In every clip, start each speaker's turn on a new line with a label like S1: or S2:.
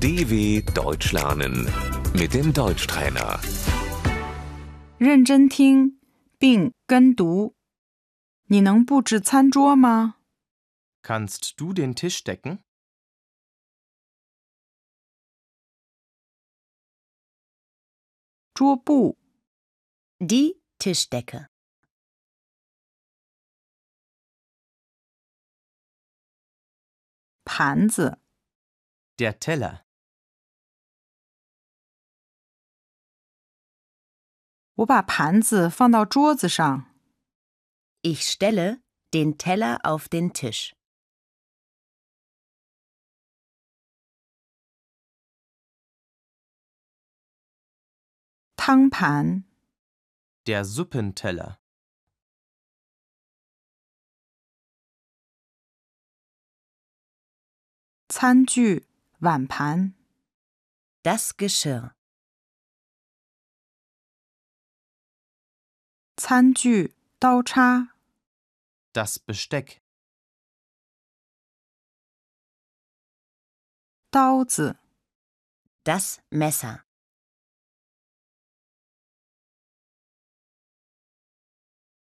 S1: DW Deutsch lernen mit dem Deutschtrainer.
S2: 认真听并跟读。你能布置餐桌吗？
S3: Kannst du den Tisch decken?
S2: 桌布、
S4: Die Tischdecke.
S2: 盘子、
S3: Der Teller.
S2: 我把盘子放到桌子上。
S4: Ich stelle den Teller auf den Tisch.
S2: 汤盘、
S3: Der Suppenteller.
S2: 餐具、碗盘、
S4: Das Geschirr.
S2: 餐具、刀叉、
S3: Das Besteck.
S2: 刀子、
S4: Das Messer.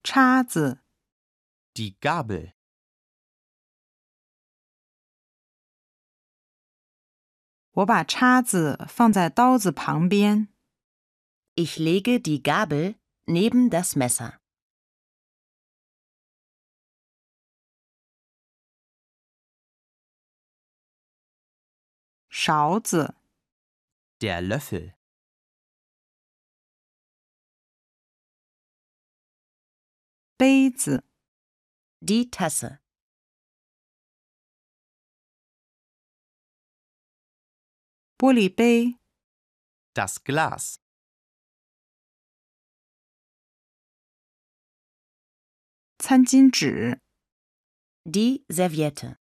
S2: 叉子、
S3: Die Gabel.
S2: 我把叉子放在刀子旁边。
S4: Ich lege die Gabel neben das Messer.
S2: 勺子、
S3: Der Löffel.
S2: 杯子、
S4: Die Tasse.
S2: 玻璃杯、
S3: Das Glas.
S2: 餐巾纸、
S4: Die Serviette.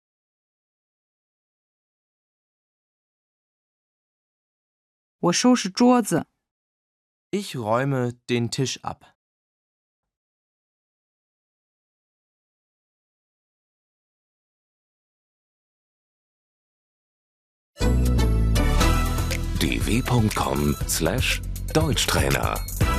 S2: 我收拾桌子，
S3: Ich räume den Tisch ab.
S1: dw.com/deutschtrainer